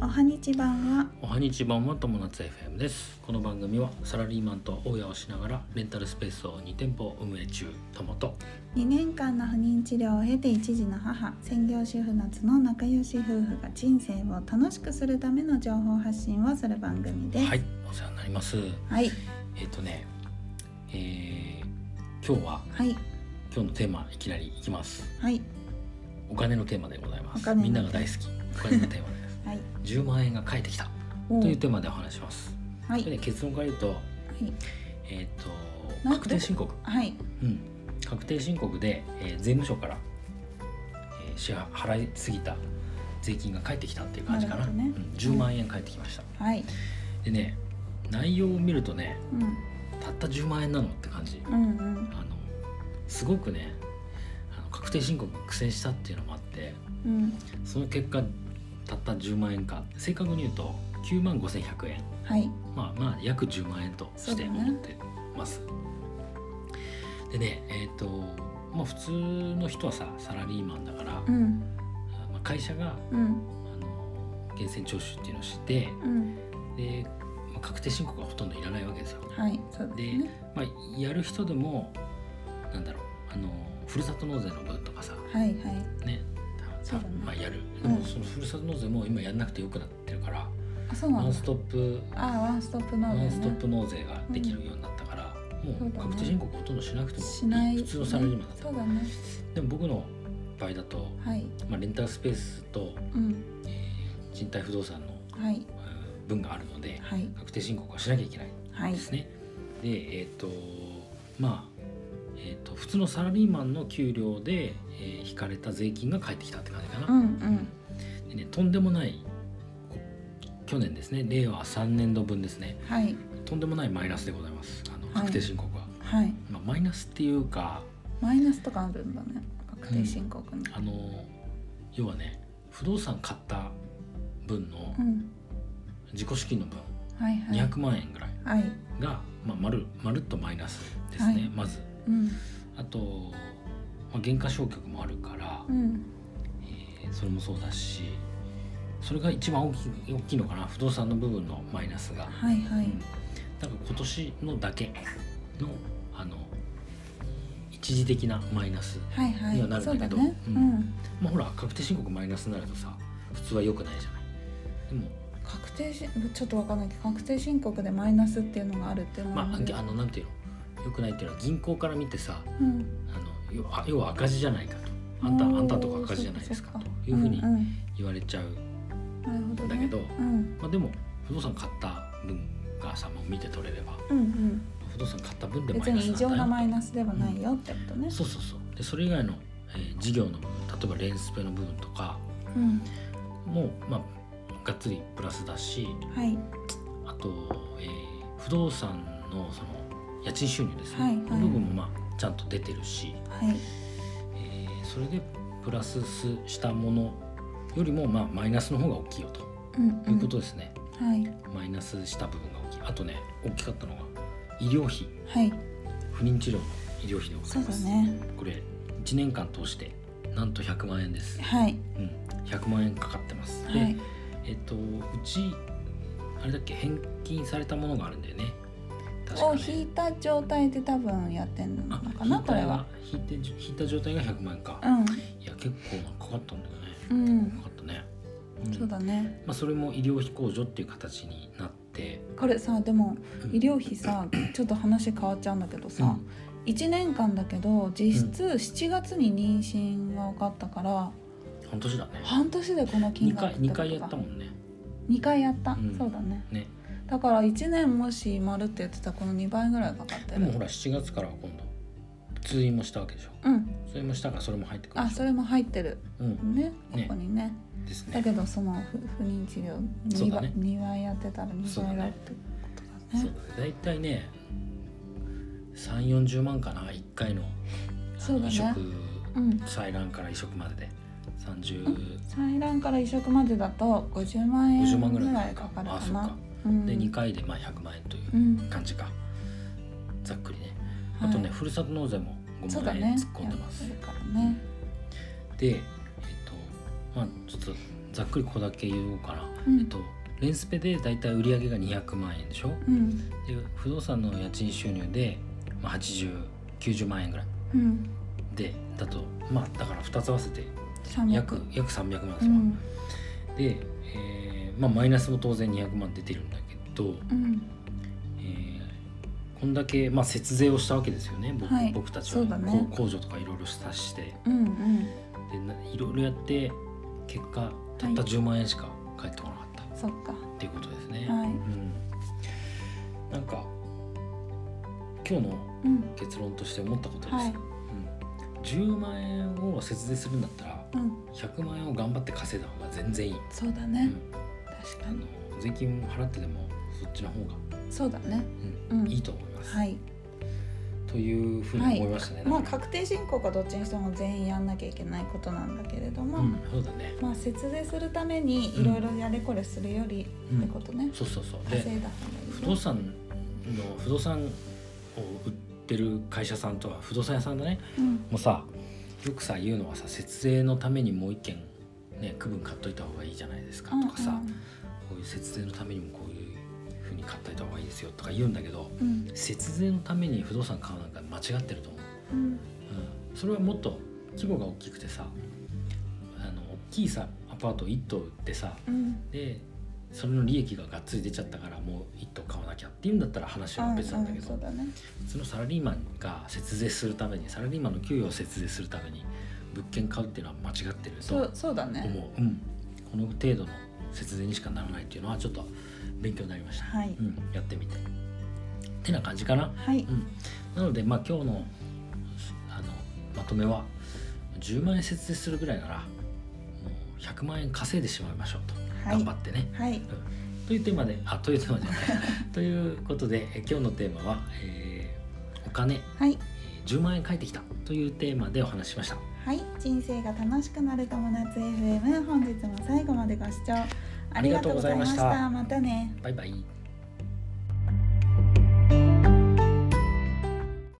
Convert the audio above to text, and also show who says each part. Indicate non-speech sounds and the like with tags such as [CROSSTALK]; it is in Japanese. Speaker 1: はにちばんは
Speaker 2: おはにちばんは友達 FM ですこの番組はサラリーマンと大家をしながらレンタルスペースを2店舗運営中友と
Speaker 1: 2年間の不妊治療を経て一児の母専業主婦夏の仲良し夫婦が人生を楽しくするための情報発信をする番組です。
Speaker 2: はいお世話になります
Speaker 1: はい、
Speaker 2: えっ、とねえー、今日は
Speaker 1: はい、
Speaker 2: 今日のテーマいきなりいきます
Speaker 1: はい、
Speaker 2: お金のテーマでございま
Speaker 1: お
Speaker 2: す
Speaker 1: 金の
Speaker 2: みんなが大好きお金のテーマです [LAUGHS]
Speaker 1: はい、
Speaker 2: 10万円が返ってきた
Speaker 1: おう
Speaker 2: というテーマでお話します
Speaker 1: はい、
Speaker 2: でね結論から言うと
Speaker 1: はい、
Speaker 2: えっ、と
Speaker 1: なん
Speaker 2: 確定申告
Speaker 1: はい、
Speaker 2: うん、確定申告で、えー税務署から、えー支払いすぎた税金が返ってきたっていう感じかな
Speaker 1: なるほどね
Speaker 2: うん、10万円返ってきました、
Speaker 1: はい、
Speaker 2: でね内容を見るとね
Speaker 1: うん、
Speaker 2: たった10万円なのって感じ
Speaker 1: うん、うん、
Speaker 2: あのすごくねあの確定申告苦戦したっていうのもあって
Speaker 1: うん、
Speaker 2: その結果たった10万円か正確に言うと9万5100円
Speaker 1: はい、
Speaker 2: まあまあ約10万円として
Speaker 1: そうだね
Speaker 2: 思ってます。でねえっ、とまあ普通の人はさサラリーマンだから、
Speaker 1: う
Speaker 2: ま
Speaker 1: ん、
Speaker 2: あ、会社が
Speaker 1: うん、
Speaker 2: あの源泉徴収っていうのをして
Speaker 1: うん、
Speaker 2: で、まあ、確定申告はほとんどいらないわけですよ。
Speaker 1: はい、そうですね。
Speaker 2: まあ、やる人でもなんだろうあのふるさと納税の分とかさ
Speaker 1: はい、はい、
Speaker 2: ね
Speaker 1: そ
Speaker 2: さ
Speaker 1: うだね
Speaker 2: まあ、やる
Speaker 1: う
Speaker 2: で
Speaker 1: ん
Speaker 2: もそのふるさと納税も今やんなくてよくなってるから、
Speaker 1: あ、そうな
Speaker 2: ノ
Speaker 1: ん
Speaker 2: ン
Speaker 1: だ
Speaker 2: ス。トップ
Speaker 1: あ、ワンストップな
Speaker 2: ノ
Speaker 1: ん
Speaker 2: ン
Speaker 1: だ
Speaker 2: スト
Speaker 1: ね
Speaker 2: ッ。プ納税ができるようになったから、も
Speaker 1: そう
Speaker 2: う
Speaker 1: だね
Speaker 2: 確定申告ほとんどしなくても
Speaker 1: しない、
Speaker 2: 普通のサラリーマンだった
Speaker 1: そうだね。
Speaker 2: でも僕の場合だと、
Speaker 1: はい、
Speaker 2: まあ、レンタルスペースと、
Speaker 1: うん、
Speaker 2: えー賃貸不動産の
Speaker 1: はい、
Speaker 2: えー分があるので
Speaker 1: はい、
Speaker 2: 確定申告はしなきゃいけない
Speaker 1: はい
Speaker 2: で、すね。でえっ、とまあえー、と普通のサラリーマンの給料で、えー引かれた税金が返ってきたって感じかな。
Speaker 1: うん、うん。
Speaker 2: でね、とんでもないこ去年ですね令和3年度分ですね
Speaker 1: はい
Speaker 2: とんでもないマイナスでございますあの
Speaker 1: い
Speaker 2: 確定申告は、
Speaker 1: はい
Speaker 2: まあ、マイナスっていうか
Speaker 1: マイナスとかあるんだね確定申告に、
Speaker 2: あの要はね不動産買った分の
Speaker 1: うん
Speaker 2: 自己資金の分、
Speaker 1: はいはい
Speaker 2: 200万円ぐらい
Speaker 1: はい
Speaker 2: が、まあ、まるまるっとマイナスですね、
Speaker 1: はい
Speaker 2: まず
Speaker 1: うん
Speaker 2: あと、まあ、減価償却もあるから、
Speaker 1: うん
Speaker 2: えーそれもそうだしそれが一番大きい大きいのかな不動産の部分のマイナスが、
Speaker 1: はいは
Speaker 2: う
Speaker 1: い
Speaker 2: ん、なんか今年のだけのあの一時的なマイナス
Speaker 1: はいはい
Speaker 2: にはなるんだけど
Speaker 1: そうだねう、
Speaker 2: うんんまあ、ほら確定申告マイナスになるとさ普通は良くないじゃないでも
Speaker 1: 確定しちょっとわかんないけど確定申告でマイナスっていうのがあるっていうの
Speaker 2: ま
Speaker 1: は
Speaker 2: あ
Speaker 1: る
Speaker 2: あのなんていうの良くないっていうのは銀行から見てさ
Speaker 1: うん
Speaker 2: あの要は要は赤字じゃないかとあんたあ
Speaker 1: おー
Speaker 2: んたとか赤字じゃないですか
Speaker 1: そっ
Speaker 2: と
Speaker 1: そっ
Speaker 2: いうふうに
Speaker 1: んん
Speaker 2: 言われちゃう、
Speaker 1: なるほどね
Speaker 2: だけど
Speaker 1: うん
Speaker 2: まあ、でも不動産買った分がさもう見て取れれば
Speaker 1: うん
Speaker 2: 不動産買った分
Speaker 1: う
Speaker 2: で
Speaker 1: ん
Speaker 2: マ
Speaker 1: 別
Speaker 2: イナス
Speaker 1: に異常な
Speaker 2: なん
Speaker 1: マ
Speaker 2: だよ
Speaker 1: イナスではないよってことね
Speaker 2: そうそうそうでそれ以外の、えー事業の部分例えばレンスペの部分とか
Speaker 1: うん
Speaker 2: もまあがっつりプラスだし
Speaker 1: はい
Speaker 2: あと、えー不動産のその家賃収入ですね、
Speaker 1: はいはい
Speaker 2: この部分もまあちゃんと出てるし、
Speaker 1: はい
Speaker 2: えーそれでプラスしたものよりもまあマイナスの方が大きいよと
Speaker 1: うん
Speaker 2: いうことですね、
Speaker 1: うんはい
Speaker 2: マイナスした部分が大きいあとね大きかったのが医療費
Speaker 1: はい
Speaker 2: 不妊治療の医療費でござ
Speaker 1: そ
Speaker 2: いうま
Speaker 1: だ
Speaker 2: す、
Speaker 1: ね
Speaker 2: これ1年間通してなんと100万円です、
Speaker 1: はい
Speaker 2: うん、100万円かかってます、
Speaker 1: は
Speaker 2: で
Speaker 1: い
Speaker 2: えっとうちあれだっけ返金されたものがあるんだよね確か
Speaker 1: を
Speaker 2: ね
Speaker 1: 引いた状態で多分やってんの
Speaker 2: あ
Speaker 1: かなこれは。
Speaker 2: 引いて引いた状態が100万円か、
Speaker 1: う
Speaker 2: いや結構なんかかかったんだよね
Speaker 1: ん、う
Speaker 2: か
Speaker 1: ん、
Speaker 2: かったね、うん
Speaker 1: そうだね。
Speaker 2: まあ、それも医療費控除っていう形になって、
Speaker 1: これさでも
Speaker 2: うん
Speaker 1: 医療費さちょっと話変わっちゃうんだけど
Speaker 2: う
Speaker 1: さ、
Speaker 2: ん
Speaker 1: 一1年間だけど実質7月に妊娠が分かったから
Speaker 2: 半年だね
Speaker 1: 半年でこの金
Speaker 2: 2
Speaker 1: 額
Speaker 2: 回二回やった
Speaker 1: ん
Speaker 2: もんね
Speaker 1: 2回やった、
Speaker 2: うん
Speaker 1: そうだね
Speaker 2: ね
Speaker 1: だから1年もし丸ってやってたらこの2倍ぐらいかかって
Speaker 2: でもほ
Speaker 1: る
Speaker 2: ら7月からは今度通院もしたわけでしょ
Speaker 1: うん
Speaker 2: 通院もしたからそれも入ってくる
Speaker 1: あ
Speaker 2: でしょ
Speaker 1: それも入ってる
Speaker 2: うん
Speaker 1: ねこ
Speaker 2: ね
Speaker 1: こにね
Speaker 2: です
Speaker 1: だ
Speaker 2: ね
Speaker 1: けどその不不妊治療
Speaker 2: そう
Speaker 1: 2
Speaker 2: だ
Speaker 1: 倍,、
Speaker 2: ね
Speaker 1: 二倍やってたら2倍だってことだ
Speaker 2: そう
Speaker 1: ね
Speaker 2: だね大体ね3四4 0万かな1回のあ
Speaker 1: そ
Speaker 2: の
Speaker 1: うだ
Speaker 2: 移
Speaker 1: ね
Speaker 2: 植
Speaker 1: うん
Speaker 2: 採卵から移植までで3050
Speaker 1: 採卵から移植までだと50万円
Speaker 2: 万
Speaker 1: ぐ
Speaker 2: ぐらい
Speaker 1: らいかかる
Speaker 2: あ
Speaker 1: か
Speaker 2: そうか
Speaker 1: な、うん、
Speaker 2: で2回でまあ100万円といううん感じかざっくりね
Speaker 1: はい
Speaker 2: あとねふるさと納税も
Speaker 1: そう
Speaker 2: 5
Speaker 1: だ
Speaker 2: 万
Speaker 1: ね
Speaker 2: 円突っ込んでます
Speaker 1: やってるからね
Speaker 2: でえっとまあちょっとざっくりここだけ言おうかな
Speaker 1: うん
Speaker 2: えっと、レンスペでだいたい売り上げが200万円でしょ
Speaker 1: うん
Speaker 2: で不動産の家賃収入で、まあ、8090万円ぐらい
Speaker 1: うん
Speaker 2: でだとまあだから2つ合わせて
Speaker 1: 300
Speaker 2: 約約300万で
Speaker 1: う
Speaker 2: すわ、
Speaker 1: ん
Speaker 2: で、えーまあ、マイナスも当然200万出てるんだけど、
Speaker 1: うん
Speaker 2: えーこんだけ、まあ、節税をしたわけですよね僕,、
Speaker 1: はい
Speaker 2: 僕たち
Speaker 1: そ
Speaker 2: は、
Speaker 1: うだね
Speaker 2: こう工場とかいろいろしたして
Speaker 1: うんうん
Speaker 2: でないろいろやって結果たった10万円しか返ってこなかった、
Speaker 1: そっか
Speaker 2: っていうことですね。
Speaker 1: はい
Speaker 2: うん、なんか今日の
Speaker 1: うん
Speaker 2: 結論として思ったことです、
Speaker 1: はい
Speaker 2: うん、10万円を節税するんだったら
Speaker 1: うん
Speaker 2: 100万円を頑張って稼いだ方が全然いい、
Speaker 1: そうだ
Speaker 2: う
Speaker 1: ね
Speaker 2: ん
Speaker 1: 確
Speaker 2: あ
Speaker 1: かに
Speaker 2: の税金払ってでもそっちの方が、
Speaker 1: そうだね
Speaker 2: う
Speaker 1: うん
Speaker 2: ん、いいと思います、
Speaker 1: はい
Speaker 2: というふうに思いましたね、
Speaker 1: ま
Speaker 2: な
Speaker 1: あ
Speaker 2: んか
Speaker 1: 確定申告はどっちにしても全員やんなきゃいけないことなんだけれども、
Speaker 2: うん、そうだね、
Speaker 1: まあ節税するためにいろいろやれこれするより
Speaker 2: う
Speaker 1: って
Speaker 2: ん
Speaker 1: こ、とね、
Speaker 2: そうそうそうで
Speaker 1: 稼いだ方がい
Speaker 2: 不
Speaker 1: い
Speaker 2: 動
Speaker 1: ね
Speaker 2: 産の不動産を売ってる会社さんとは不動産屋さんだね
Speaker 1: うん
Speaker 2: もうさよくさ言うのはさ節税のためにもう一軒ね区分買っといた方がいいじゃないですかとかさ、こういう節税のためにもこういう風に買っといた方がいいですよとか言うんだけど
Speaker 1: うん
Speaker 2: 節税のために不動産買うなんか間違ってると思
Speaker 1: う
Speaker 2: う、
Speaker 1: ん
Speaker 2: うん、それはもっと規模が大きくてさあの大きいさアパート1棟売ってさ
Speaker 1: うん
Speaker 2: でそれの利益ががっつり出ちゃったからもう1棟買わなきゃっていうんだったら話は別なんだけど、
Speaker 1: ううそうだね
Speaker 2: そのサラリーマンが節税するためにサラリーマンの給与を節税するために物件買うっていうのは間違ってると
Speaker 1: そ
Speaker 2: 思う
Speaker 1: うそうだ
Speaker 2: う、
Speaker 1: ね
Speaker 2: ん、この程度の節税にしかならないっていうのはちょっと勉強になりました、
Speaker 1: はい
Speaker 2: うん、やってみててな感じかな、
Speaker 1: はい
Speaker 2: うん、なのでまあ今日のあのまとめは10万円節税するぐらいならもう100万円稼いでしまいましょうと、
Speaker 1: はい
Speaker 2: 頑張ってね
Speaker 1: はい
Speaker 2: というテーマであというテーマじゃないということでえ今日のテーマは、えーお金え
Speaker 1: はい
Speaker 2: ー10万円返ってきたというテーマでお話ししました
Speaker 1: はい人生が楽しくなる友達 FM 本日も最後までご視聴ありがとうございました
Speaker 2: ありがとうご
Speaker 1: ま
Speaker 2: ざいました
Speaker 1: たね
Speaker 2: バイバイ